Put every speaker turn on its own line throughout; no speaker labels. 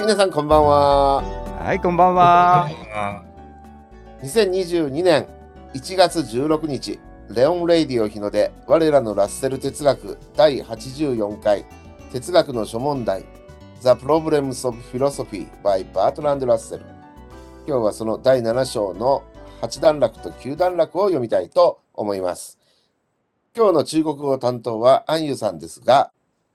皆さんこんばんは。
はい、こんばんは。
あ
2022年1月16日、レオン・レイディオ日の出、我らのラッセル哲学第84回、哲学の諸問題、The Problems of Philosophy by Bertrand Russell。今日はその第7章の8段落と9段落を読みたいと思います。今日の中国語担当はアンユさんですが、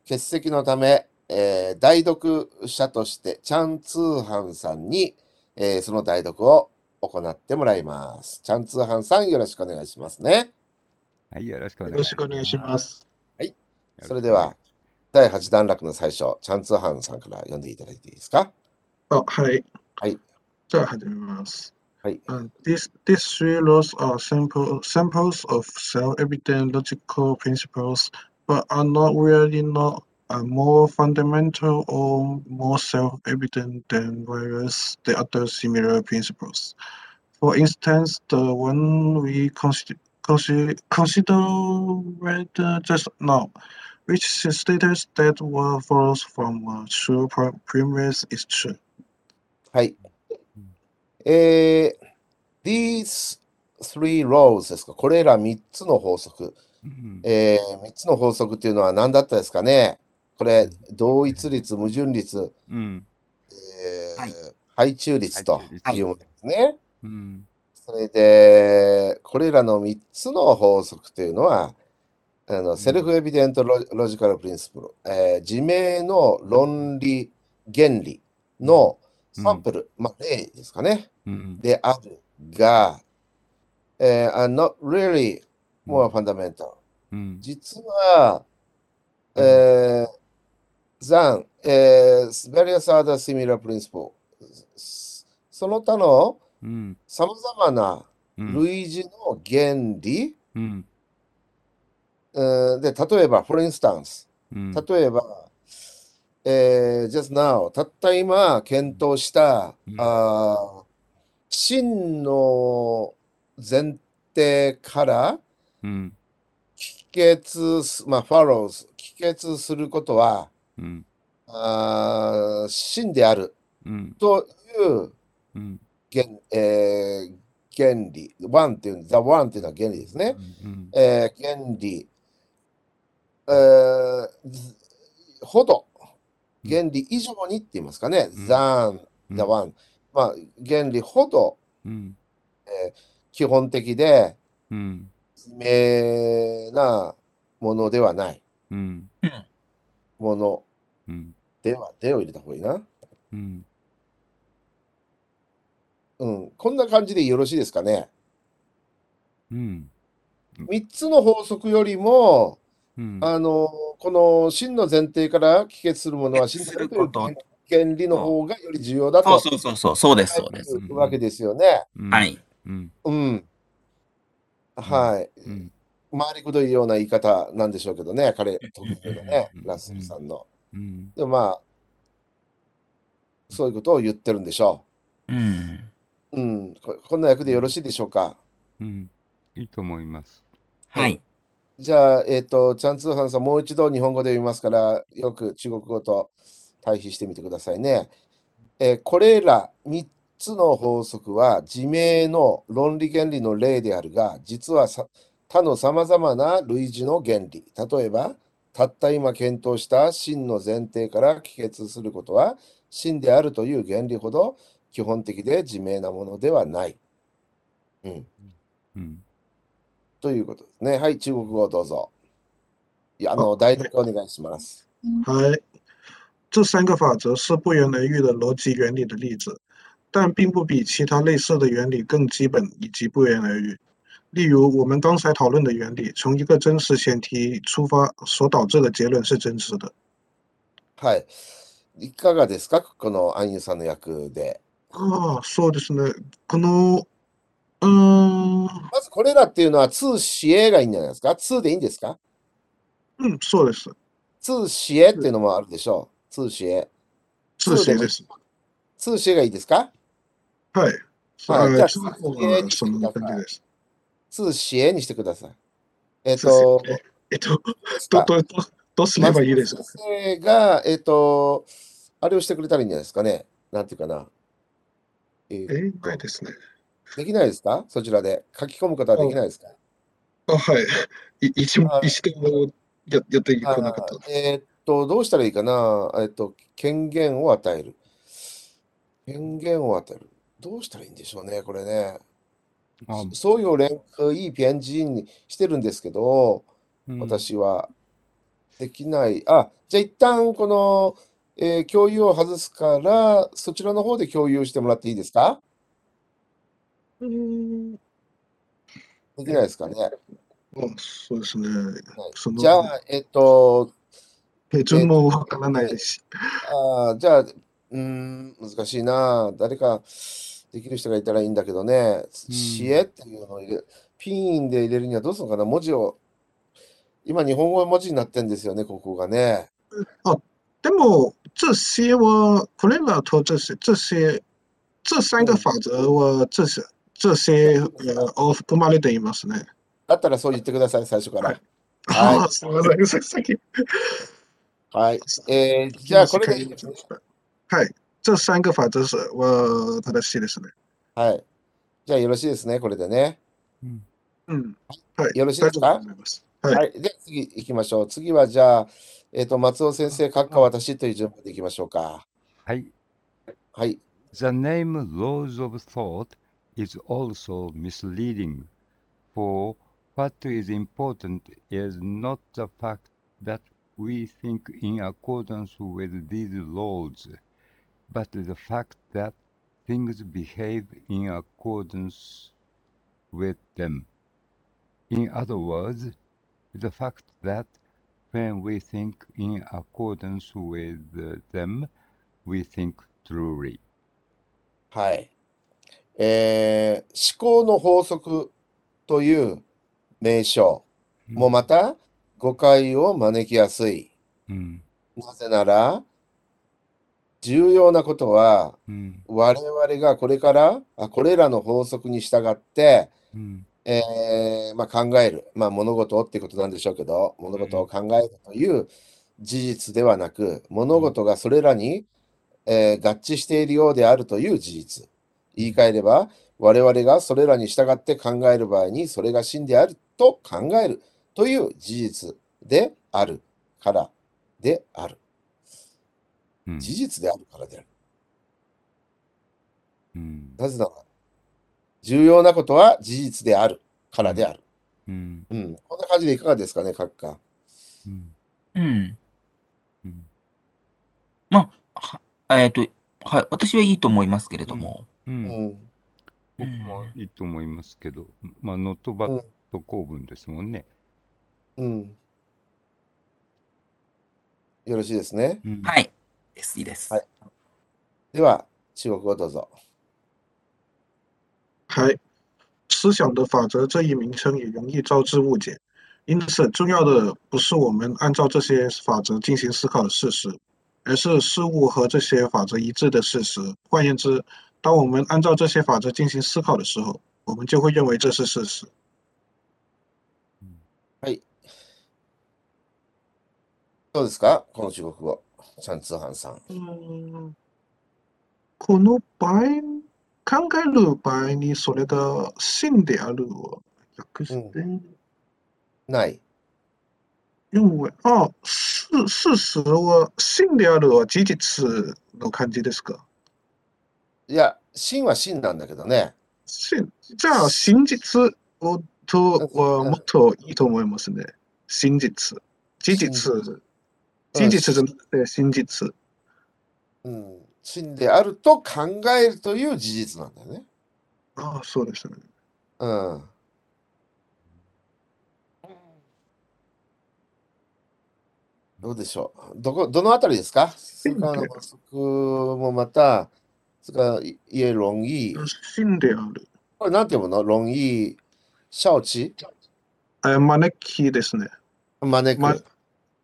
欠席のため、えー代読者としてチャン・ツーハンさんに、えーその代読を行ってもらいます。チャンツーハンさん、よろしくお願いしますね。
はい、よろしくお
よ
願い。
ろしくお願いしますす。
それでは、第8段落の最初、チャンツーハンさんから読んでいただいていいですか
あ、はい。
はい。
じゃあ始めます。
はい。
Uh, these, these three laws are sample, samples of self-evident logical principles, but are not really not uh, more fundamental or more self-evident than various the other similar principles. For instance, the one we consider, consider, considered uh, just now, which states that what follows from a true pre- premise is true.
はい。えー、these three laws ですかこれら3つの法則。
うん
えー、3つの法則っていうのは何だったですかねこれ、同一率、矛盾率、
うん。
えー
はい
配中率というものですね。
うん。
それで、これらの3つの法則というのは、あのセルフエビデントロロジカルプリンシプル、えー自明の論理、原理のサンプル、まあ、例ですかね、
うん。
であるが、えー、are not really more fundamental.
うん。
実は、えー、than、えー、various other similar principles。その他の
うん。
さまざまな
うん。
類似の原理、
うん。
うんで、例えば、for instance、
うん。
例えば、えー just now、たった今検討した、
うん
あー真の前提から
うん。
帰結す、まあ、follows、帰結することは、
うん。
あー真である
うん。
という
うん。
原,、えー原理、one っていう、the one っていうのは原理ですね。
うん。
えー、原理、えー、ずほど、
うん
原理以上にって言いますかね、
うん
than
うん
the one。まあ、原理ほど
うん。
基本的で、
うん。
えー、なものではない。
うん。
もの
うん。
では、でを入れた方がいいな。
うん。
うん、こんな感じでよろしいですかね。
うん。
3つの法則よりも、
うん。
あのこの真の前提から帰結するものは真であるという
帰結する
原理の方がより重要だ
そう
と
そうそうそう、そうです、そうです。
うん
わけですよね。
はい。
うん。
うん。はい。
うん。
回りくどいような言い方なんでしょうけどね、彼特有のね
うん、
ラッセルさんの。
うん。
でもまあ、そういうことを言ってるんでしょ
うん。
う。うん。ここんな役でよろしいでしょうか。
うん。いいと思います。
はい。
じゃあ、えっ、と、チャン・ツーハンさん、もう一度日本語で読みますから、よく中国語と対比してみてくださいね。えーこれら3つの法則は、自明の論理原理の例であるが、実はさ他のさまざまな類似の原理、例えば、たった今検討した真の前提から帰結することは、真であるという原理ほど基本的で自明なものではない。うん。
うん。
ということですね。はい、中国語をどうぞ。いや、あの、代読お願いします。
还这三个法则是不言而喻的逻辑原理的例子，但并不比其他类似的原理更基本以及不言而喻。例如，我们刚才讨论的原理，从一个真实前提出发所导致的结论是真实的。
はい。いかがですかこのアンユさんの役で。
ああ、そうですね。この、うーん、
まずこれらっていうのは通しえがいいんじゃないですか通でいいんですか
うん、そうです。
通しえっていうのもあるでしょう。通しえ。
是谁です。
通しえがいいですか
は
は
い。
いじゃあ
あ、中国語はそんな感じです。
通しえにしてください。えっ、
そうです
と
よ、えっと、ど、ど、どどうすればいいですか
松本先生が、えっ、と、あれをしてくれたらいいんじゃないですかね。なんていうかな。えー
えないですね。
できないですかそちらで。書き込むことはできないですか
あ、はい。い一も
はい
一度もややってこなかった
あーえーっと、どうしたらいいかな、えーっと、権限を与える。権限を与える。どうしたらいいんでしょうね、これね。
あ
そういう連絡いいペンジにしてるんですけど、
うん
私はできない。あ、じゃあ一旦この、えー共有を外すから、そちらの方で共有してもらっていいですか
うん。
できないですかね。はい
あそうですね。その
じゃあ、えーっと、
手順もわからないし。
ああ、じゃあ、うーん、難しいな。誰かできる人がいたらいいんだけどね。知恵っていうのを入れ、ピンで入れるにはどうするのかな。文字を、今日本語文字になってんですよね、ここがね。
でも这些我 p l a n 托这些这些这三个法则我这些这些呃 of p u m a l i d いますね。
だったらそう言ってください、最初から。はい
あ すみませんささっき。
はい。えーじゃあ、これでいいですね。
はい。这三个法则是我正しいですね。
はい。じゃあ、よろしいですね、これでね。
うん
うん。はい。
よろしいですか
大丈夫だと思いますはい
はい。で、次行きましょう。次は、じゃあ、えっと、松尾先生、閣下私という順番でいきましょうか。
はい。
はい。
The name Laws of Thought is also misleading, for what is important is not the fact that we think in accordance with these laws, but the fact that things behave in accordance with them. In other words, the fact that when we think in accordance with uh, them, we think truly.
はい。えー思考の法則という名称もまた誤解を招きやすい。
うん
なぜなら、重要なことは、
うん
我々がこれから、あこれらの法則に従って、
うん
えーまあ、考える、まあ、物事をってことなんでしょうけど、物事を考えるという事実ではなく、物事がそれらに、えー合致しているようであるという事実。言い換えれば、我々がそれらに従って考える場合に、それが真であると考えるという事実であるからである。
うん
事実であるからである。
うん
なぜなら、重要なことは事実であるからである。
うん
うん。こんな感じでいかがですかね、閣下。
うん
うん。
うん
まあ、はえっ、と、はい。私はいいと思いますけれども。
う
うんん。
僕もいいと思いますけど、まあ、ノットバット構文ですもんね。
うん。よろしいですね。
うん
はい。です。いいです。
はいでは、中国語どうぞ。
还思想的法则这一名称也容易招致误解，因此重要的不是我们按照这些法则进行思考的事实，而是事物和这些法则一致的事实。换言之，当我们按照这些法则进行思考的时候，我们就会认为这是事实。
どうですかこの中国語。ちゃん通販さん。
うん、この場合、考える場合にそれが真であるを訳して。
ない。
因为あ、事事实は真であるは事実の感じですか。
いや、真は真なんだけどね。
真じゃあ真実をとはもっといいと思いますね。真実。事実。事実じゃなくて真実。
うん。真であると考えるという事実なんだよね。
ああ、そうですね。
うん。どうでしょうどこ、どのあたりです か
真で
あの、法則もまた、それから、いイエロンイー。
真である。
これなんて読むのロンイー、シャオチ
あ招きですね。
招く。
ま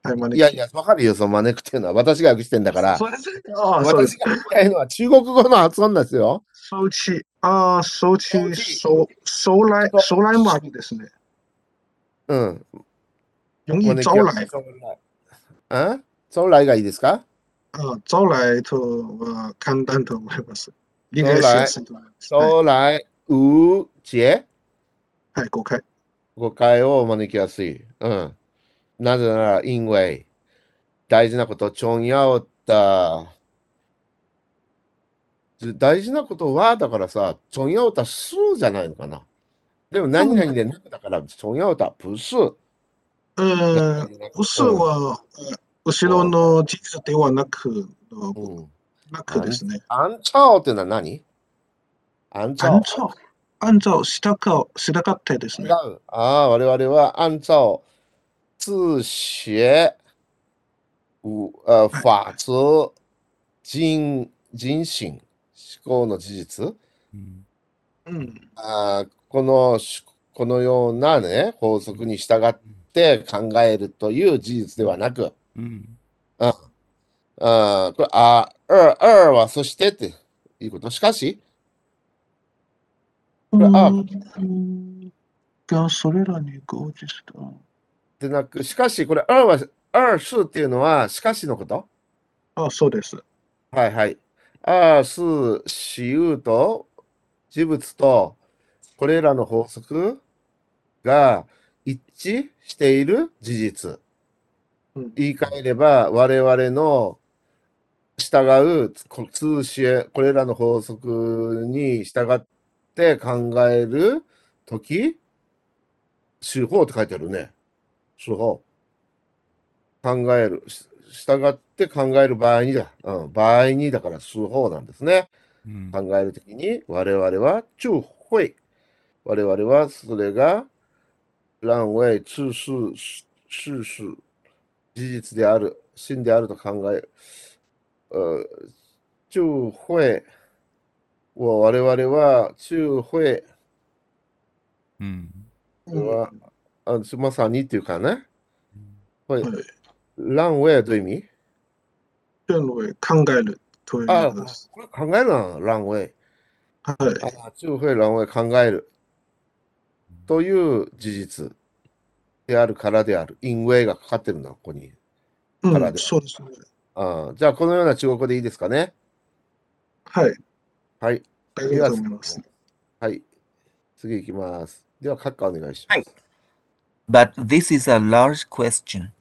はい、招き。
いやいや、わかるよ、その招くっていうのは。私が訳してんだから。
そうですね。ああ、そうです
私。が言いたいのは中国語の発音なんですよ。
收起ああ、收起
收、起
收、收来、收来もありですね。
うん。
容易招来。
招来。あ招来がいいですか
あ、将来とは簡単と思います。理解しやすいと思います。は
将来、う知恵
い、はい、誤解。
誤解を招きやすい。うん。なぜなら、因为、大事なこと、ちょんやおった。ず大事なことは、だからさ、ちょんやおったすじゃないのかな。でも、何々でなくだから、ちょんやおった不是。
えー、嘘は、えー後ろの事実ではなく、
うん。
なくですね。
アンチャオってのは何アンチャオ
按。照、按照、従う、従ってです
違
ね。
う。ああ、我々は按照自学五呃法则人人心思考の事実
うん
うん。
あーこのしこのようなね法則に従って考えるという事実ではなく、
うん
あーこれあ二二はそしてっていうこと。しかし、これあ
うんがそれらに合致した。
でなくしかしこれ二は二是っていうのはしかしのこと。
あ、そうです。
はいはい。アース、私有と、事物と、これらの法則が一致している事実。
うん
言い換えれば、我々の従うこ通し、これらの法則に従って考えるとき、手法って書いてあるね。手法。考える。し従って考える場合にだ。うん、場合にだから数法なんですね。
うん
考えるときに我々は智慧。我々はそれが乱位通数事実である、真であると考える。呃智慧を我々は智慧
うん
は、あまさにっていうかね。
うん
はい
はい。
乱位はどういう意味
人類考えるという
あ
意味です。
これ考えるな、乱位。
はい。
あ智慧乱を考えるという事実であるからである。因為がかかってるんだ、ここに。
う
から
ん、
で
そうですね。
あーじゃあ、このような中国語でいいですかね。
はい。
はい。
大丈夫だと思います。
はい。次行きます。では、閣下お願いします。
はい But this is a large question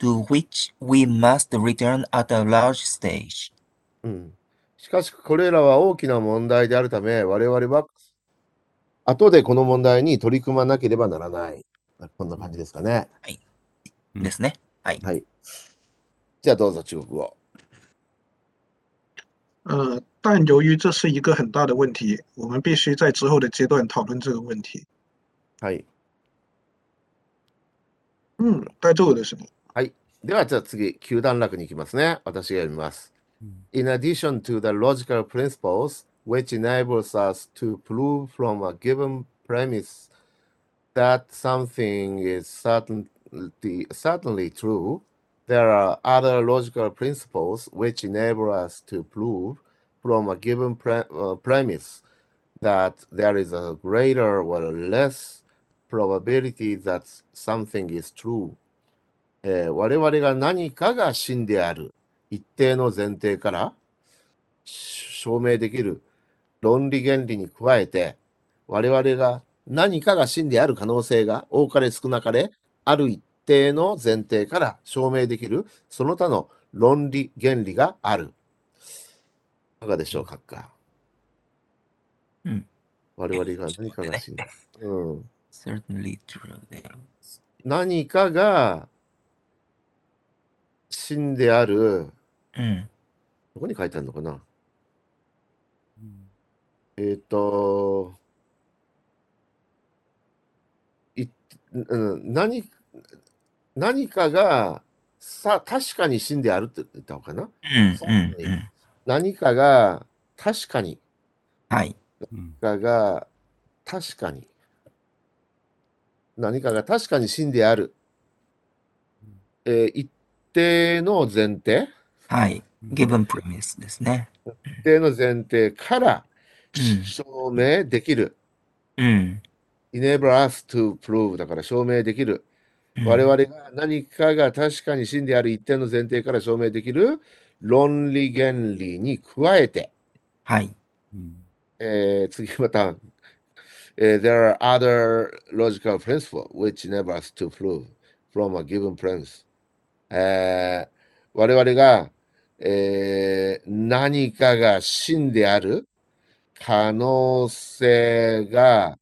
to which we must return at a large stage.
うん、しかし、これらは大きな問題であるため、我々は後でこの問題に取り組まなければならない。こんな感じですかね。
うん
ですね。
はい。じゃあ、どうぞ中国語。
呃，但由于这是一个很大的问题，我们必须在之后的阶段讨论这个问题。
はい。
嗯，在这个的时候，
では、じゃあ次、九段落に行きますね。私が読みます。
うん
In addition to the logical principles which enables us to prove from a given premise that something is certainly, certainly true, there are other logical principles which enable us to prove from a given pre- uh, premise that there is a greater or less probability that something is true. えー我々が何かが真である一定の前提からし証明できる論理原理に加えて我々が何かが真である可能性が多かれ少なかれある一定の前提から証明できるその他の論理原理がある。いかがでしょうか
うん
我々が何かが真である。うん
Certainly true. there.
何かが真である、
うん。
どこに書いてあるのかな
うん
えっ、と、いうん、何、何かがさ、確かに死んであるって言ったのかな
うん。
そう
う
なん
ん。
だよ
うん。
何かが、確かに、
はい。
うん
何かが、確かに、何かが確かに死んである。えー一定の前提、
は
う
い。
ん
given premise ですね。
一定の前提から
うん
証明できる。
うん。
enable us to prove だから証明できる。
うん
我々が何かが確かに真である一定の前提から証明できる論理原理に加えて、
はい。
うん
えー次また、えー There are other logical principles which never to prove from a given premise、えー我々が、えー何かが真である可能性が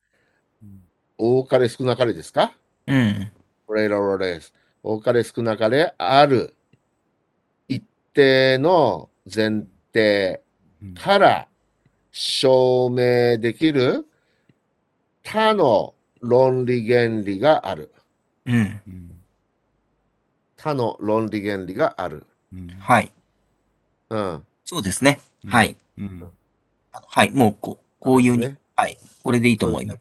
多かれ少なかれですか
うん。
これらはです。多かれ少なかれある一定の前提
うん
から証明できる他の論理原理がある。
うん。
うん
他の論理原理がある。
うん
はい。
うん。
そうですね。
うん
はい。
うん
あのはい。もうこう、こういうに、
ね
はい。これでいいと思います。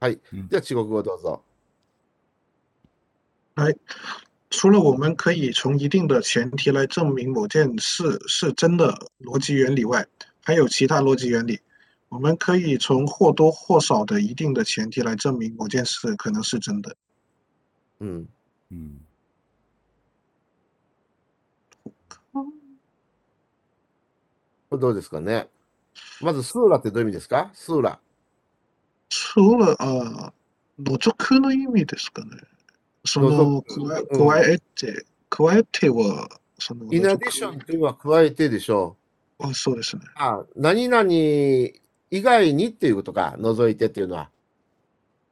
はい
うん。
じゃあ中国語どうぞ。
除了我们可以从一定的前提来证明某件事是真的逻辑原理外，还有其他逻辑原理。我们可以从或多或少的一定的前提来证明某件事可能是真的。
うん。
うん
これどうですかね。まずスーラってどういう意味ですかスーラ。
除了呃覗くの意味ですかね。そ
覗
の
く
加え
うん
加えて、加えてはその
in
覗
addition
く
というのは加えてでしょう。
あそうですね。
あ、何々以外にっていうことか、除いてっていうのは。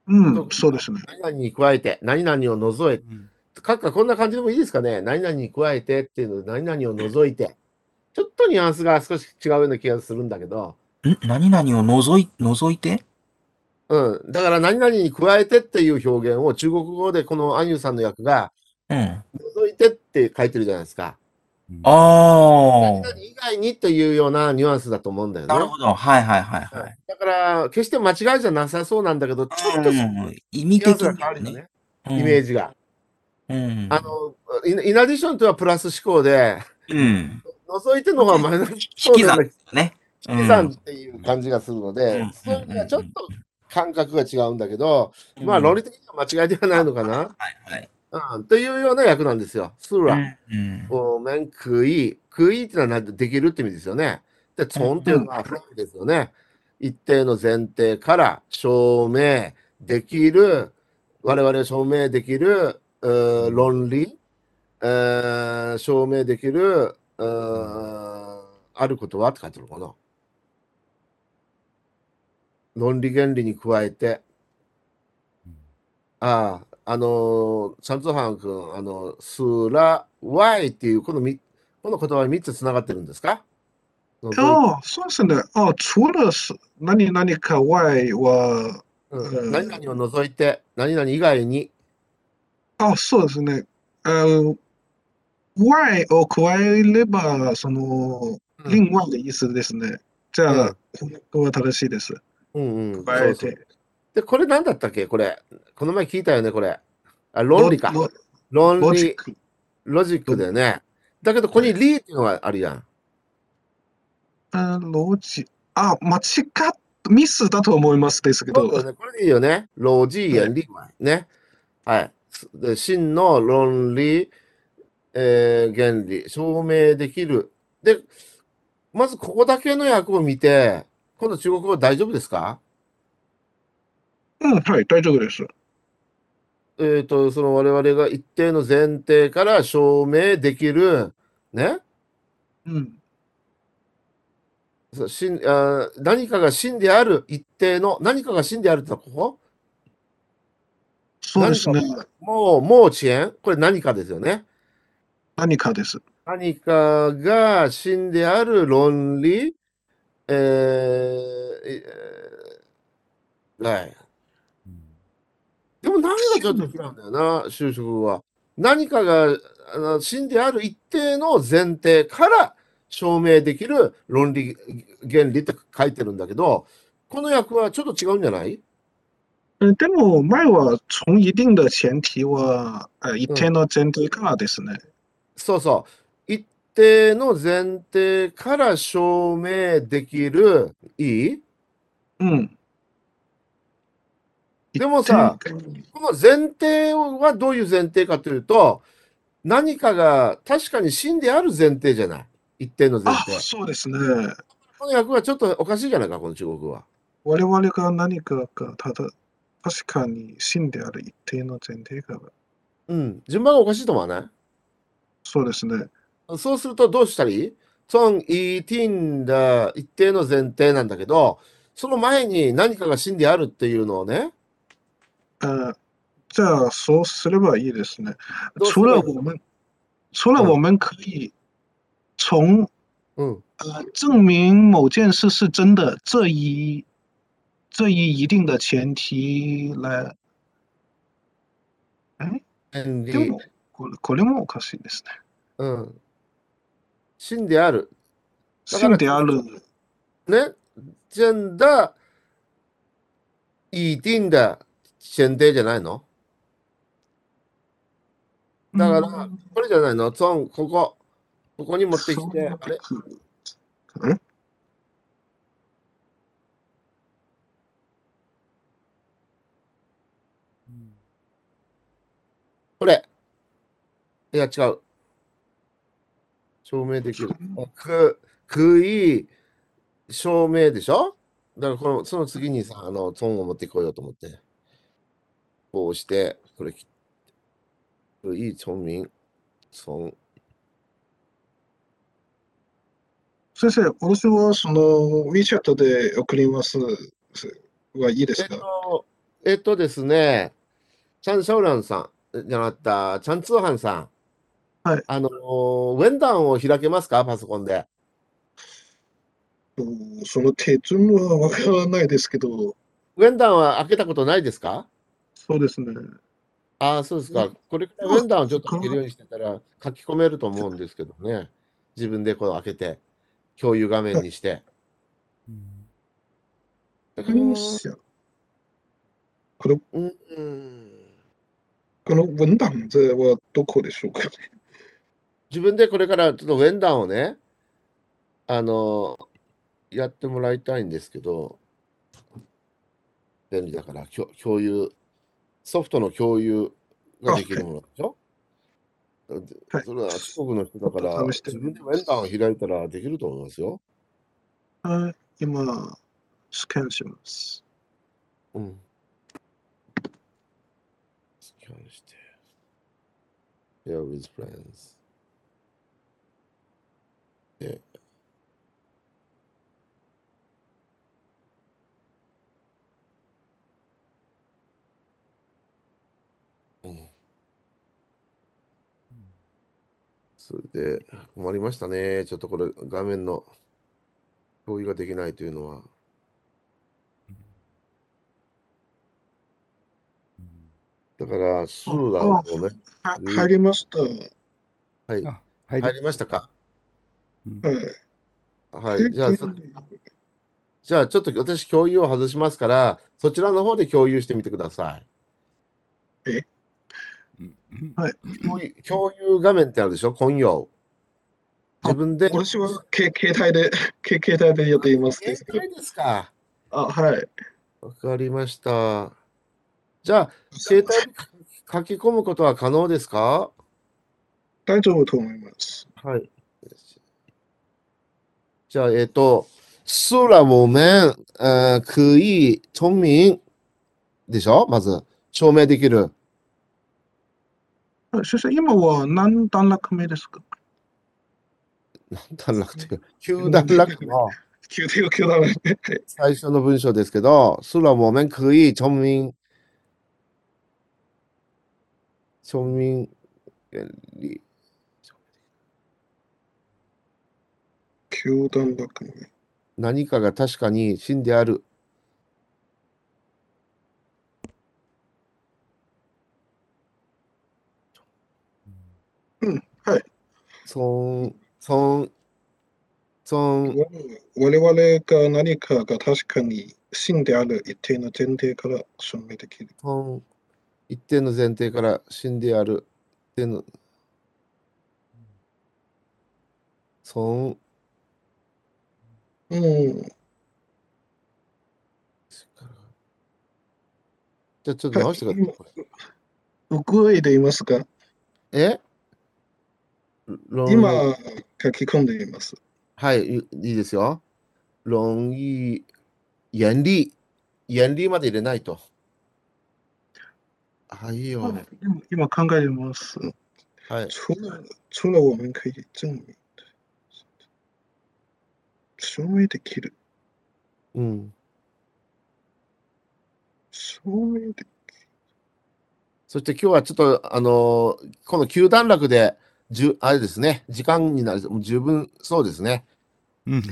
うん、そうですね。
何々に加えて、何々を除いて、かっかこんな感じでもいいですかね。何々に加えてっていうの、何々を除いて。ちょっとニュアンスが少し違うような気がするんだけど、
ん何々を覗い、覗いて
うん。だから何々に加えてっていう表現を中国語でこのアニューさんの役が、
うん。
除いてって書いてるじゃないですか。
うん
あ
何。
あ
々以外にというようなニュアンスだと思うんだよね
な。るほど。はいはいはい
は
はい
い。だから、決して間違いじゃなさそうなんだけど、ちょっと
う
ニ
ん意味
ュアン
的
スが
に
変わるよ
ね。
ね、イメー
ジ。
ジが。
うん。
あの、インアディションとはプラス思考で、
うん。
覗いての方がマイナス
引き
思考
算
で
ね。
引き算っていう感じがするので、
うん
そういう意味ではちょっと感覚が違うんだけど、
うん
まあ論理的には間違いではないのかな、
はいはい。
うん、というような役なんですよ。スーラ、
うん。
おめん、くい、くいってのはなんてできるって意味ですよね。で、つんっていうのは不利ですよね。一定の前提から証明できる、我々が証明できる、うー論理、えー証明できる、うーあることはって書いてあるのかな。論理原理に加えて、ああ、あのー、チャンツーハン君、あの、スラ、ワイっていう、このみ、この言葉に3つつながってるんですか覗い
哦，そうですね。哦，除了是何々か外は、
う
うん
ん、何々を除いて、何々以外に、
あ、そうですね。あの、Y を加えれば、その、
うん
另外の意思ですね。じゃ
う
あ、この子は正しいです。
うんうん、
加え
そうそう
て。
で、これ何だったっけこれ。この前聞いたよね、これ。あ、論理か。
ロロ
論
ロジッ
理、
ク。
ロジックだよね。だけど、ここにリーっていうのがあるやん。
あ、ロジ、あ、間違っ、ミスだと思いますですけ
そうだ
ど
よ、ね、これでいいよね。ロジーやリーはね。はい。で真の論理、えー原理、証明できる。で、まずここだけの訳を見て、今度中国語大丈夫ですか
うん、はい、大丈夫です。
えっ、と、その我々が一定の前提から証明できる、ね。
うん。
そう真あー何かが真である一定の、何かが真であるってのはここ
そうですね。
もう、もう遅延これ何かですよね。
何かです。
何かが真である論理、えーえーはい。
うん
でも何がちょっと違うんだよな、就職は。何かがあの真である一定の前提から証明できる論理原理って書いてるんだけど、この役はちょっと違うんじゃない
うん、でも、前は、从一定的前提は、あ、一定の前提からですね。
そうそう。一定の前提から証明できる、いい
うん。
でもさ、この前提はどういう前提かというと、何かが確かに真である前提じゃない。一点の前
あ
提、。
そうですね。
この訳はちょっとおかしいじゃないか、この中国語は。
我々が何かがただ、確かに真である一定の前提がある。
うん。順番がおかしいと思わない
そうですね。
そうするとどうしたらいいソン、イーティンだ、一定の前提なんだけど、その前に何かが真であるっていうのをね、
呃，这样说是另外一回事呢。
都是
除了
为什
我们，除了
嗯
我们可以从
うん、
呃证明某件事是真的这一这一一定的前提来，哎，
真
で
理
も、これこれもおかしいですね。
うん。真である。だから
真である。
ね、ジェンダー、イーティンだ、前提じゃないのだから
うん
これじゃないのソン、ここ、ここに持って
そ
き
う
て、
な
あ
って
れ
くるえ
これ。いや、違う。証明できる。あく、くい、証明でしょだからこの、その次にさ、あの、トンを持ってこようと思って。こうして、これ、くい、村民、村、
先生、私はその WeChat で送ります。はいいで
え
す
っ
か
と、えっとですね、チャン・シャオランさん、じゃなかった、チャン・ツーハンさん。
はい。
あの、ウェンダンを開けますかパソコンで。
うんその手順はわからないですけど、
ウェンダンは開けたことないですか
そうですね。
ああ、そうですか
う。
これくらい
うん
ウェンダンをちょっと開けるようにしてたら書き込めると思うんですけどね。自分でこう開けて、共有画面にして。だから
よいしょこの
うんうん
この文档这はどこでしょうか
自分でこれからちょっとウェンダンをね、あの、やってもらいたいんですけど、便利だから、きょ共有、ソフトの共有ができるものでしょ、
はい
それは中国の人だか
ち
ら
ょっと試して
自分でウェンダンを開いたらできると思いますよ。
はい、今、スキャンします。
うん。スキャンして。Share with friends. で、うん。それで困りましたね。ちょっとこれ画面の共有ができないというのは。だから、スーランをね、
は
うん
入りました。は
はい、
あはい。
入りましたか。
い。
はい、
で
じゃあ、そじゃあちょっと私共有を外しますから、そちらの方で共有してみてくださ
うん
い。共有共有画面ってあるでしょ今用。自分で。
私はけ携帯で、 け携帯でやっていますけど。
携帯ですか。
あ、はい。
わかりました。じゃあ、携帯に書き込むことは可能ですか
大丈夫と思います。
はい。じゃあ、えっ、と、すら我们、呃、可以聪明でしょまず、証明できる。
はい先生、今は何段落目ですか
段落というか、急段落の。
急停急段落目。
最初の文章ですけど、虽然我们可以聪明、聪明原理、
急段落目。
何かが確かに真である。
うん、はい。
从、从、从、
我々が何かが確かに真である一定の前提から証明できる。
从、一定の前提から真である。一定の、从、
うん。
じゃあちょっと直してください。これ
動いていますが、
え論
今、書き込んでいます。
はい、いいいですよ。論議、原理、原理まで入れないと。はいいよ。
今今考えてます。
はい。
除了除了我们可以证明的，証明できる、
うん。
証明で
そして今日はちょっと、あのーこの九段落で、じゅあれですね、時間になる、もう十分そうですね。
うん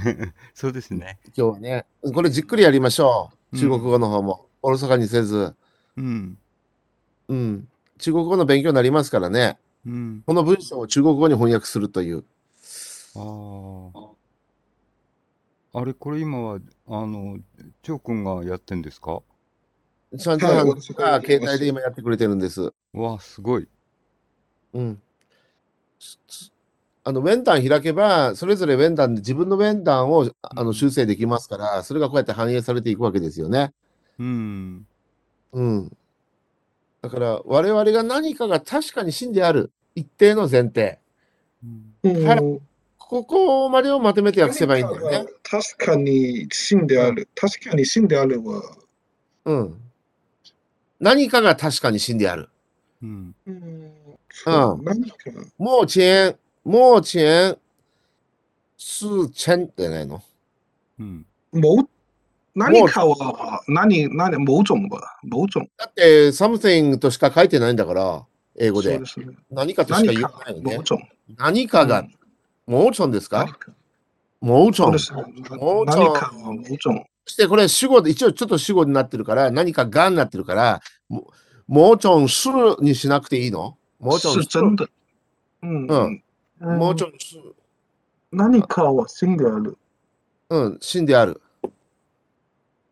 そうですね。
今日はね、これじっくりやりましょう。
うん
中国語の方も、おろそかにせず、
うん。
うん。中国語の勉強になりますからね、
うん。
この文章を中国語に翻訳するという。
ああ。あれ、これ今は、あの、チョウ君がやってんですか
ちゃんと
はい
僕が携帯で今やってくれてるんです。
わあ、すごい。
うん。つつあの、ウェンダン開けば、それぞれウェンダンで自分のウェンダンをあの修正できますから、それがこうやって反映されていくわけですよね。
うん。
うん。だから、我々が何かが確かに真である、一定の前提。
うん
きる。
はい
うん
ここまでをまとめて訳せばいいんだよね。
確かに真である。確かに真であるは、
うん。何かが確かに真である。
うん。
うん、そう何か、
もう遅延、もう遅延、数千じゃないの
うん。
某何かは、何、何、某種吧、某種。
だって、something としか書いてないんだから、英語
そう
で
で。すね。
何かとし
何
か言
か
わない、よね
某。種。
何か
う
が
ん、
もうちょんです
何
か
か
もうち
そ
ょ
うんで。すね
某
何
種
かは某種。
そしてこれ主語で、一応ちょっと主語になってるから、何かがになってるから、ももうちょんするにしなくていいのもうちょん
是真的。嗯
嗯もうちょんす
何かは真である。
うん、真である。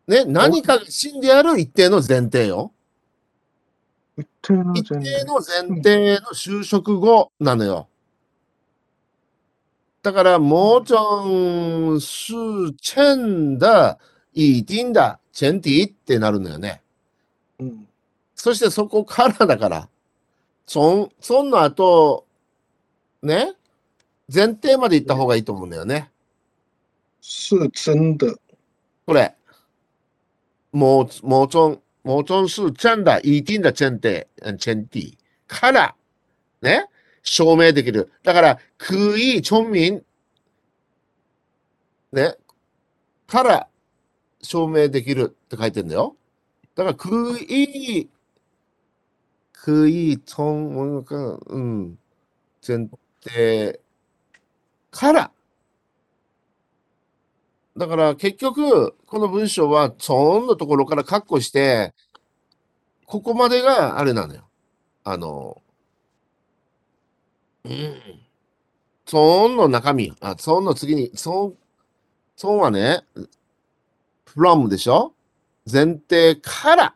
ね、何かが真である一定の前提よ。
一定の
一
前
定
提。
の前提の就職後なのよ。だから、もうちょんすチェンだ、いティンだ、チェンティってなるのよね。
うん。
そしてそこからだから、そん、そんの後、ね、前提まで行った方がいいと思うんだよね。
是真的。
これ。もう、もうちょん、もうちょんす、ちゃんだ、いいてんだ、ちゃんて、ちゃんて、から、ね、証明できる。だから、くい、ちょんみん、ね、から、証明できるって書いてんだよ。だから、くい、くい、ちょん、もうかうん、前提、から、だから結局、この文章は、ちょんのところからカッコして、ここまでがあれなのよ。あの、うん。ちょんの中身。あ、ちょんの次に、ちょん、ちょんはね、from でしょ前提から。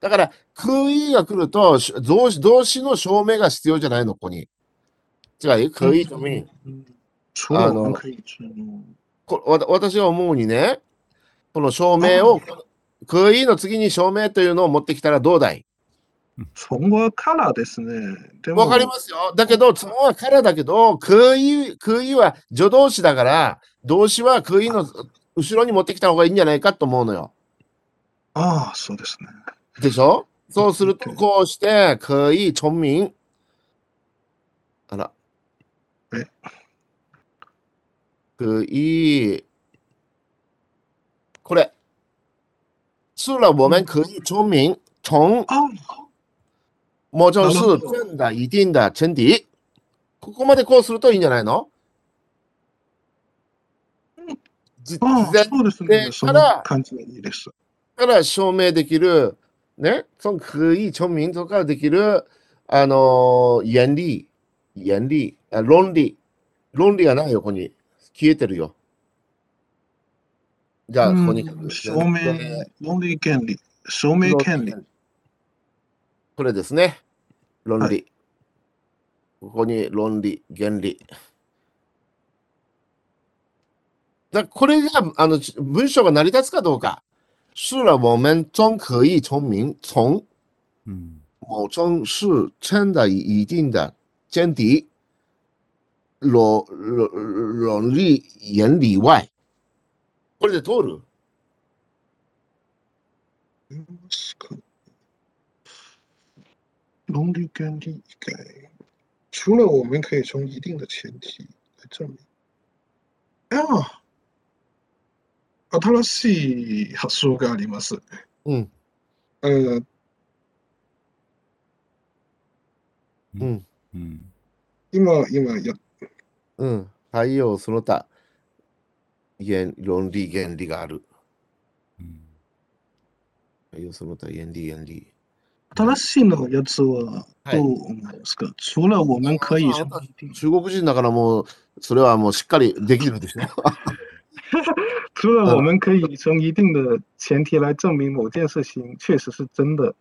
だから、空意が来ると、し動詞動詞の証明が必要じゃないの、ここに。違う、空意とみ。
嗯。除了我
あ
们
の
可以吃嗯
こわた私は思うにね、この証明を、クイの次に証明というのを持ってきたらどうだい
从我看了ですね。でも
わかりますよ。だけど、ツモはからだけど、クイ、クイは助動詞だから、動詞はクイの後ろに持ってきた方がいいんじゃないかと思うのよ。
ああ、そうですね。
でしょそうすると、こうして、クイ、チョンミン。あら。
え
クイ、これ。除了我们可以聪明，从
あ
もちろん
なるほど
是真的、一定的、真的。ここまでこうするといいんじゃないのじ
あ、
前
そうです
で
ね。その感じがいいです。
から証明できる、ね、その可以聪明とからできる、あのー、原理、原理、あ論理、論理がないよ、ここに。消えてるよ。じゃあ、ここに書
うん
く。
証明、論理権利。証明権利。
これですね。論理。こ
は
こに論理、原理。だこれがあのち文章が成り立つかどうか。是了，我们终可以聪明，从
うん。
某种是真的、一定的、真的。論論論理原理外。これで通る
嗯伦理跟利改，除了我们可以从一定的前提来证明。啊ああ、新しい発想があります。
うん。
うん、
うん
今、今や、
うん。太陽その他、原論理原理がある。
うん
太陽その他、原理原理。
新しいのやつは
はい
どう思いますか、除了我们可以从一定，
中国人だからもう、それはもうしっかりできるんですね。
除了我们可以从一定的前提来证明某件事情确实是真的。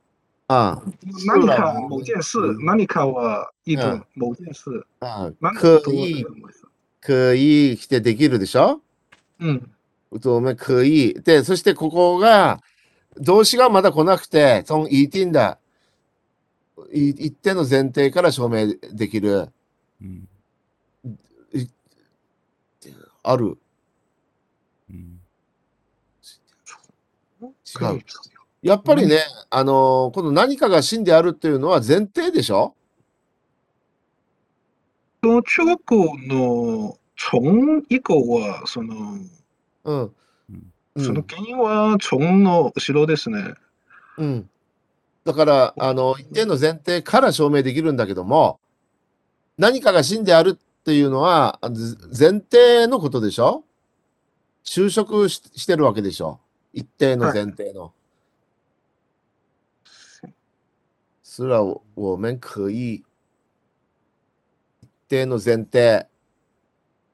あ
何
そう
か
だね
某件事
う、ん
何かは一
う
种
ん
某件事，
あ、ああ
何
可
かと
以、可以来てできるでしょ
うん、
うとめ可以。で、そしてここが、動詞がまだ来なくて、その一定だ。い一定の前提から証明できる。
うん
ある。
うん
違う。やっぱりね、あのーこの何かが真であるっていうのは前提でしょ
その中国の从以降はその
うん。う
その
ん。
原因は从の後ろですね。
うん、だから、あの、一定の前提から証明できるんだけども、何かが真であるっていうのは、あのず前提のことでしょ就職ししてるわけでしょ一定の前提の。すら我我们可以一定の前提。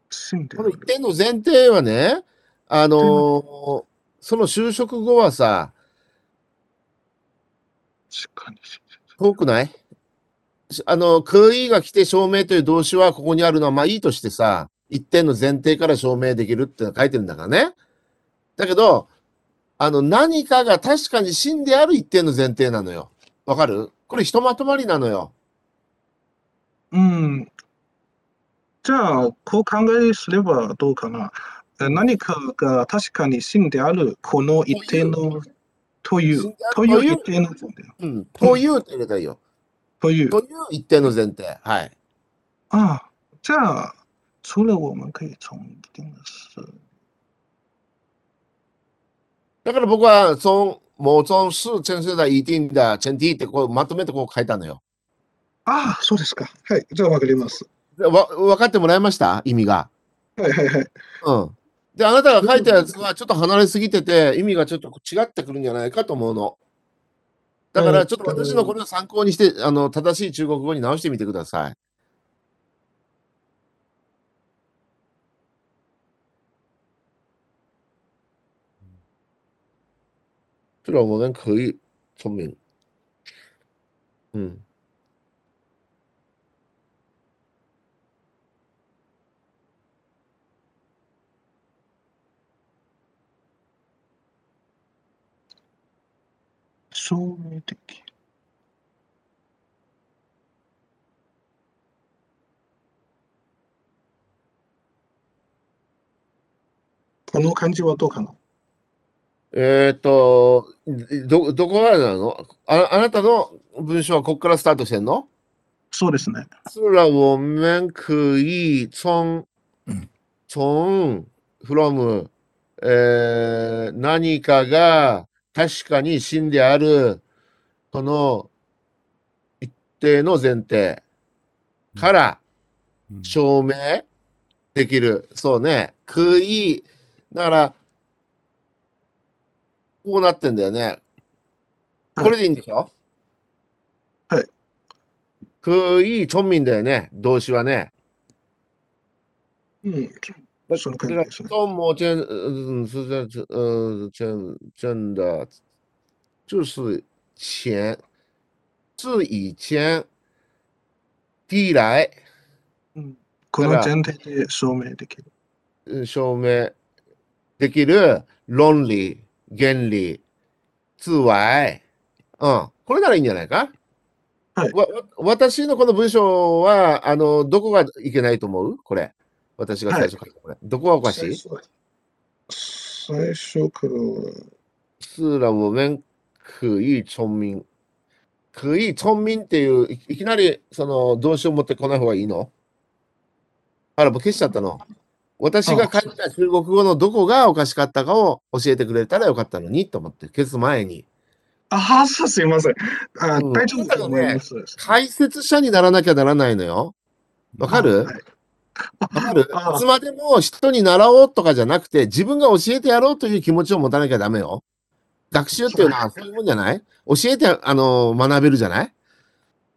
真で
この一定の前提はね、あのーその就職後はさ、
確かに。
遠くないしあの、空意が来て証明という動詞はここにあるのはまあいいとしてさ、一点の前提から証明できるってのが書いてるんだからね。だけど、あの、何かが確かに真である一点の前提なのよ。わかるこれひとまとまりなのよ。
うん。じゃあ、こう考えすればどうかな。え何かが確かに真である、この一定の、とい
真で
う
あ、る
という
という
一定の前提、
うん。というって入れたらいいよ。
という。
という一定の前提。はい。
啊，这样除了我们可以从一定的事，
だから僕は、その、もう、その、数、チェンスだ、一定だ、チェンティってこう、まとめてこう書いたのよ。
ああ、そうですか。はい、じゃあわかります。
でわ、分かってもらいました意味が。
はいはいはい。
うん。で、あなたが書いたやつはちょっと離れすぎてて、意味がちょっと違ってくるんじゃないかと思うの。だから、ちょっと私のこれを参考にして、あの、正しい中国語に直してみてください。这个我们可以聪明。嗯。
証明的。この漢字はどうかな
えーっと、ど、どこからなのああなたの文章はここからスタートしてんの
そうですね。
是了，我们可以从
うん
从 from えー何かが確かに真であるこの一定の前提から
うん
証明できる。そうね。可以。だから、こうなってんだよね。これでいいんでしょ
はい。
可以、村民だよね。動詞はね。
うん。
だ
そ
だ
の感
か
じ
ら
ですね。
都摩间，嗯，是这这，呃，真真的，就是前，自以前，地来，
うん、この前提で証明できる。
うん証明できる論理、原理、通外、うん、これならいいんじゃないか
はい
わわ私のこの文章は、あの、どこがいけないと思うこれ。私が最初書いたこれ。どこがおかしい
最初から、
スーラもめん、くいちょんみん。くいちょんみんっていう、いいきなり、その、動詞を持ってこない方がいいのあら、もう消しちゃったの。私が書いた中国語のどこがおかしかったかを教えてくれたらよかったのにと思って、消す前に。
あはさ、すいません。あ
うん
大丈夫だと思います。
解説者にならなきゃならないのよ。わかる
はい
わかるい
あ
つまでも人に習おうとかじゃなくて、自分が教えてやろうという気持ちを持たなきゃダメよ。学習っていうのはそういうもんじゃない教えて、あの、学べるじゃない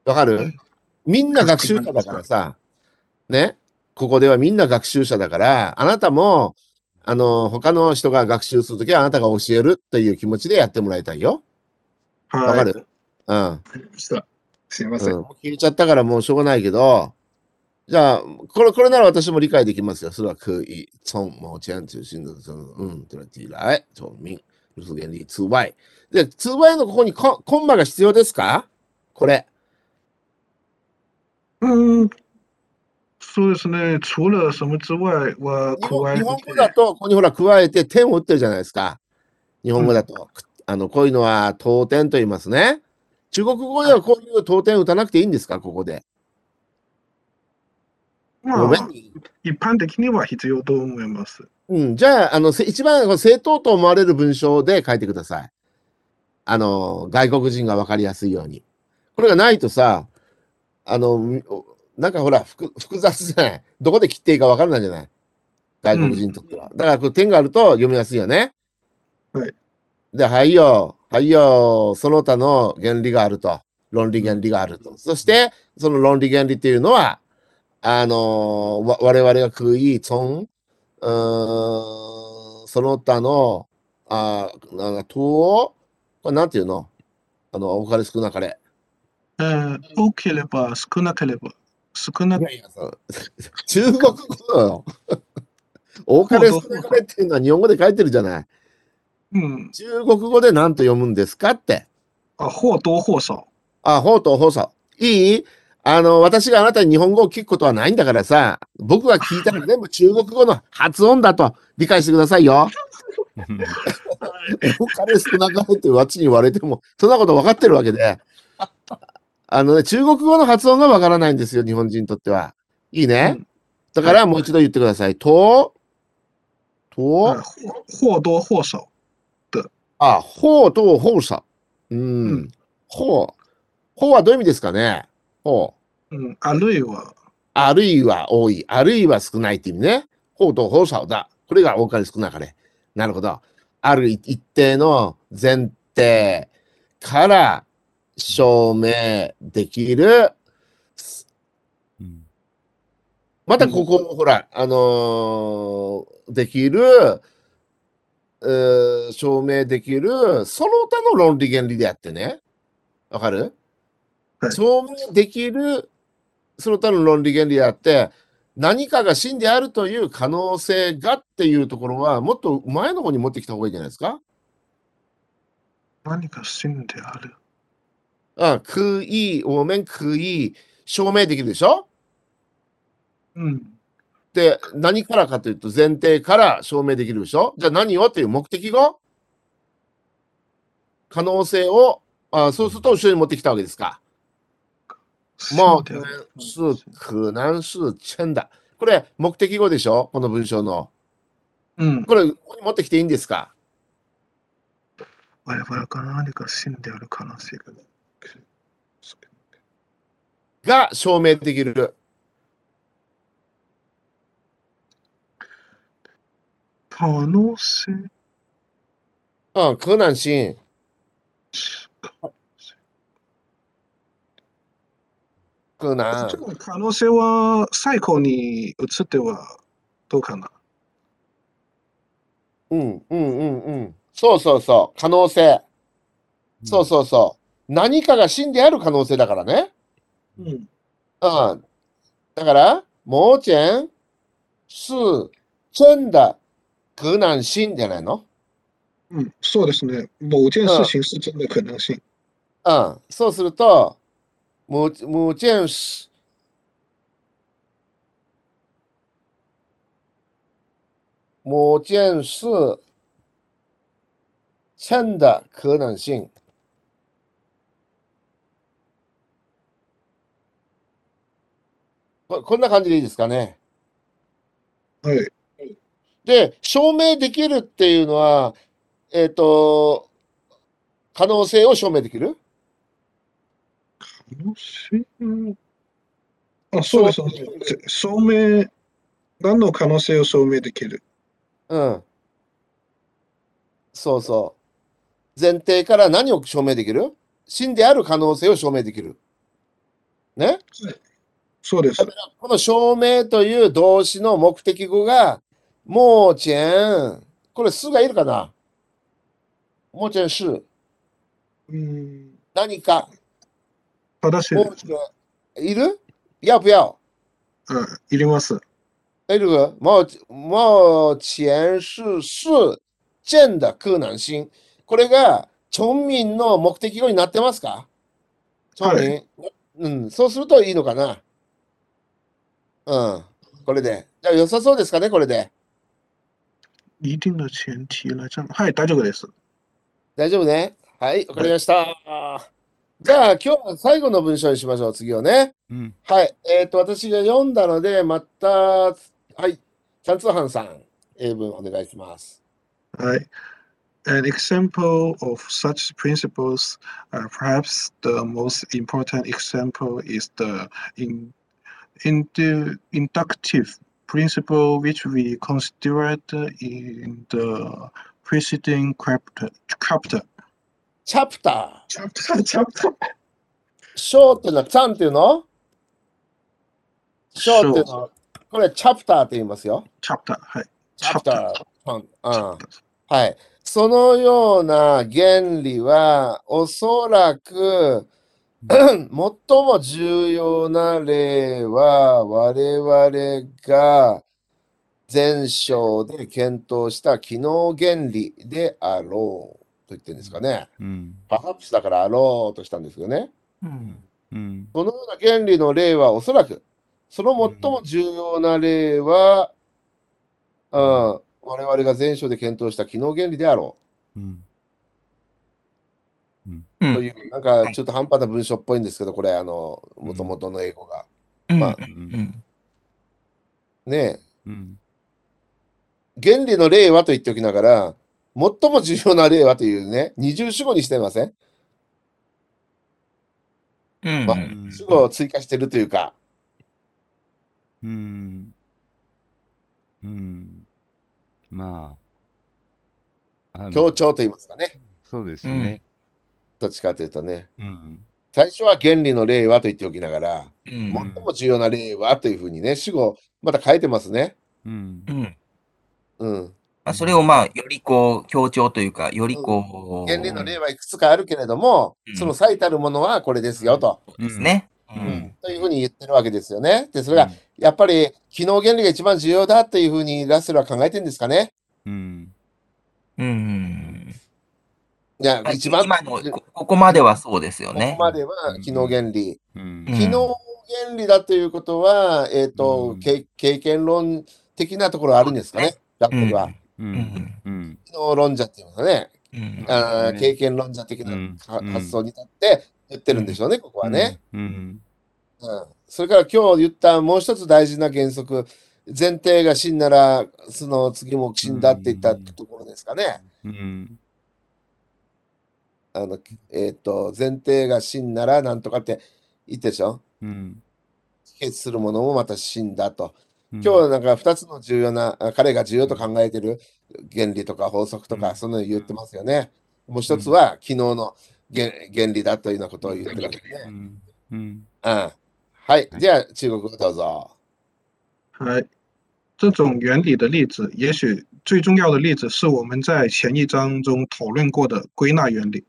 わか
は
る
い
みんな学習者だからさ、ね、ここではみんな学習者だから、あなたも、あの、他の人が学習するときはあなたが教えるという気持ちでやってもらいたいよ。わ
はい。
か
わか
るうん。
りました。すいませ。
うんん、もう消えちゃったからもうしょうがないけど、じゃあ、これ、これなら私も理解できますよ。それは、可以、从某天中心的その、うん、というのは、从民、ルス原理、2y。で、2y のここにココンマが必要ですかこれ。
うん。そうですね。除了什么之外，我
日
国
本
外
日本語だと、ここにほら、加えて点を打ってるじゃないですか。日本語だと。あの、こういうのは、当点と言いますね。中国語ではこういう当点打たなくていいんですかここで。
ま
ごめ
あ
ん
一般的には必要と思います。
うん、じゃあ、あの、せ一番こう正当と思われる文章で書いてください。あの、外国人がわかりやすいように。これがないとさ、あの、みおなんかほら、複複雑じゃない。どこで切っていいかわからないじゃない。外国人にとっては。だから、こう点があると読みやすいよね。
はい。
で、はいよ、はいよ、その他の原理があると。論理原理があると。そして、その論理原理っていうのは、あの、わ我々が食い、損、うーんその他の、あーなんか、等を、これなんていうのあの、おかれ少なかれ。
えー、多ければ少なければ少なく
いやそう中国語だよ。おかれ少なかれっていうのは日本語で書いてるじゃない。
うん
中国語で何と読むんですかって。
あ或多或少
あ、ほうとほうさ。いいあの、私があなたに日本語を聞くことはないんだからさ、僕が聞いたら全部中国語の発音だと理解してくださいよ。お金少なかれってわっちに言われても、そんなこと分かってるわけで。あのね、中国語の発音が分からないんですよ、日本人にとっては。いいね。
うん
だからもう一度言ってください。と、と、
あ或或多或少
あ、ほうとほうさ。う
うんん。
ほう。ほうはどういう意味ですかねほう。
うんあるいは
あるいは多い、あるいは少ないって意味ね。ほうとほうさだ。これが多かれ少なかれ。なるほど。ある一定の前提から証明できる。
うん
またここもほら、あのーできる、えー証明できる、その他の論理原理であってね。わかる、
はい
証明できる、その他の論理原理であって、何かが真であるという可能性がっていうところは、もっと前の方に持ってきた方がいいんじゃないですか
何か真である
うん、くい、おめんくい、証明できるでしょ
うん
で、何からかというと、前提から証明できるでしょじゃあ何をという目的が可能性をあ、そうすると後ろに持ってきたわけですか。も
真である
う、是可能是真的。これ、目的語でしょこの文章の。
うん
これ、ここに持ってきていいんですか
我々から何か真である可能性が
が証明できる。
可能性
うん、可能性。可能
这。种可能性は最後に移ってはどうかな
うん、うん、うん、うん。そうそうそう。可能性。そうそうそう。何かが真である可能性だからね。
うん
うん。だから、もうちゃん、す、ちゃんだ、可能性じゃないの
うんそうですね某件事情是真的可能性
うん。そうすると、母母舰是某件事称的可能性。ここんな感じでいいですかね。
はい。
で、証明できるっていうのは、えっ、と、可能性を証明できる
もしあ、そうです。そうです証明、何の可能性を証明できる
うん。そうそう。前提から何を証明できる真である可能性を証明できる。ね
そうです。
この証明という動詞の目的語が、もうちェん。これ、すがいるかなもうちェんす。
うん、
何か。
正しい
も
で
う。ち
す
ェン。いる要不要
うん、いります。
哎，这个冒冒前世是真的可能性。これが町民の目的語になってますか？町民、うん、そうするといいのかな。うん、これで、じゃあ良さそうですかね、これで。
一定的前提来这样。はい、大丈夫です。
大丈夫ね。はい、わかりました。じゃあ今日は最後の文章にしましょう。次をね。
うん
はい、えっ、と私が読んだのでまたはい、チャンツーハンさん英文お願いします。
はい。An example of such principles, uh, perhaps the most important example, is the in, in the inductive principle, which we considered in the preceding chapter. Chapter.
チャプタ
Chapter. Chapter.
ー。章っていうのは、ちゃんっていうの章っていうのは、これチャプターって言いますよ。
Chapter. はい。
チャプター。うん、うん。
Chapter.
はい。そのような原理は、おそらく、最も重要な例は、我々が前章で検討した機能原理であろうと言ってるんですかね。
うん
パハプスだからあろうとしたんですよね。
うん
このような原理の例はおそらく、その最も重要な例は、うん、我々が前書で検討した機能原理であろ
うん
うという、なんかちょっと半端な文章っぽいんですけど、これ、あの、もともとの英語が。
うん
まあ
うん
ね
うん
え原理の例はと言っておきながら、最も重要な例はというね、二重主語にしてません
うん
まあ
うん
主語を追加してるというか、
うんうんまああの
強調と言いますかね。
そうですね
どっちかというとね。
うん
最初は原理の例はと言っておきながら、
うん
最も重要な例はというふうにね、主語、また変えてますね。
うん
うん
うん。
まあそれをまあ、よりこう、強調というか、よりこう、
原理の例はいくつかあるけれども、
うん
その最たるものはこれですよと,、
ですね。
う
うんん。
というふうに言ってるわけですよね。で、それがやっぱり機能原理が一番重要だというふうにラッセルは考えてるんですかね。
うん
うん。
いや、一番
今のこ、ここまではそうですよね
ここ。までは機能原理。
うん
うん
機能原理だということは、えっ、と、
うん
け経験論的なところあるんですかね、ラッセルは。
う
うんん。
うん
機能論者っていうのはね、
うん。
あー
ね
経験論者的な
うん
は
うん
発想に立って言ってるんでしょうね、ここはね。
うん
うんそれから今日言ったもう一つ大事な原則、前提が真なら、その次も真だって言ったところですかね。
うん
あのえっ、と、前提が真ならなんとかって言ってでしょ。
うん
帰結するものもまた真だと。今日はなんか2つの重要な、あ彼が重要と考えてる原理とか法則と
う
か、
ん
その言ってますよね。もう一つは、昨日の原原理だというようなことを言ってるわけです
う
ね。
んうん
うんはい。じゃあ、中国語どうぞ。
来，这种原理的例子，也许最重要的例子是我们在前一章中讨论过的归纳原理。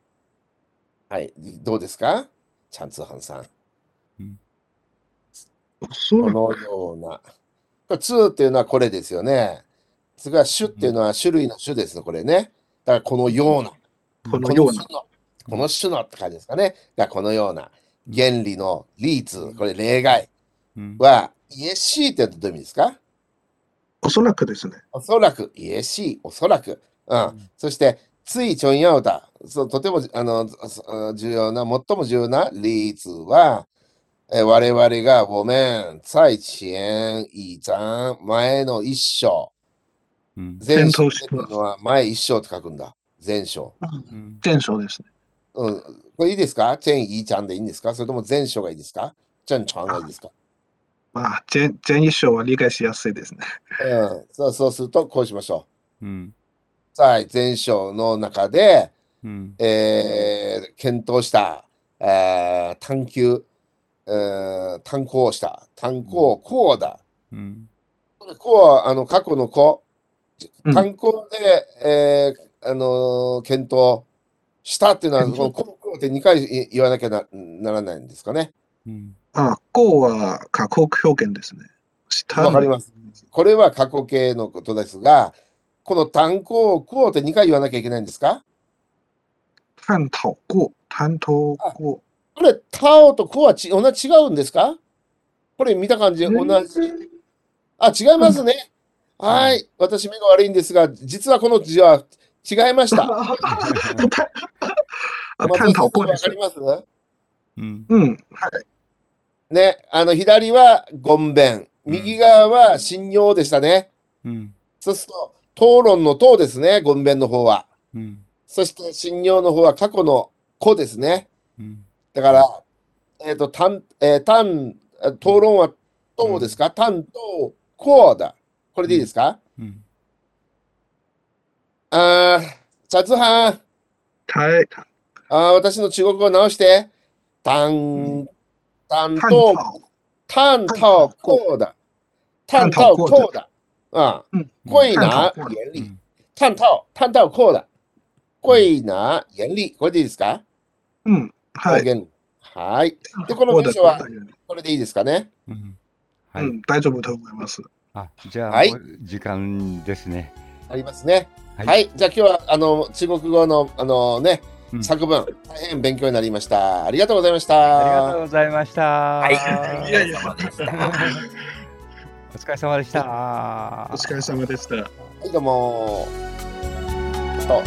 はい、どうですかチャンツーハンさん。こ
说了，
のような。これ、2っていうのはこれですよね。それから、種っていうのは種類の種ですね、これね。だから、このような。
可能
こ
用
の
呢
種？の。この種のって感じですかね。だからこのような。原理のリーツ、これ例外
うん
は、イエシーってどういう意味ですか
おそらくですね。
おそらく、イエシー、おそらく。うん。そして、ついちょんやおた、そうとてもあのそ重要な、最も重要なリーツは、え我々がごめん、再遅延、いいざん、前の一章。
うん
前章
前頭
っていうのは前一章って書くんだ。前章。
うん
前章ですね。
うん。これいいですかチェンイーちゃんでいいんですかそれとも前章がいいですかチェンちゃんがいいですか
まあ、前前一章は理解しやすいですね。
うん。そうそうすると、こうしましょ
うん
う。さあ、前章の中で、
うん
えー検討した、えー探求、えー探考をした、探考、こうだ。
うん
こうはあの過去の子、
うん
探考で、えーあのー検討したっていうのは、このこうこうって2回い言わなきゃなならないんですかね。
うん
あ、こうは過去表現ですね。した
わかります。これは過去形のことですが、この探考、こうって2回言わなきゃいけないんですか
探討过、探討过。
これ、タオとコはち同じ違うんですかこれ見た感じ、同じ。あ、違いますね。はい。私、目が悪いんですが、実はこの字は違いました。
あ探討过
わ
で
か
す
り
ね。
ます
うん
うん、はい。
ね。あの、左はゴンベン、右側は信用でしたね。
うん
そうすると、討論の党ですね、ゴンベンの方は。
うん
そして、信用の方は過去の子ですね。
うん
だから、えっ、と、たん、えー、たん、えー討論は、どうですか、たんと、こうだ。これでいいですか、
うん
あー、チャツハン、
対
あー私の中国語を直して、たん、たん
探
と、
討。
たんと、こうだ。たんと、こうだ。あ
う
ー
ん、
贵拿
探討
原
う
理。
ん
たんと、たんと、こうだ。贵拿原理。これでいいですか
うん、はい。
原理はい。でこの文章はこれでいいですかね
うん
う
はい
ん、大丈夫だと思います。
あじゃあ
はい
もう時間ですね
ありますね。は、
はいい
じゃあ今日はあの中国語のあのね、
うん
作文大変勉強になりました。ありがとうございました。
ありがとうございました
いやいや、
お 疲れ様でした
お疲れ様でした。
はい、どうも。と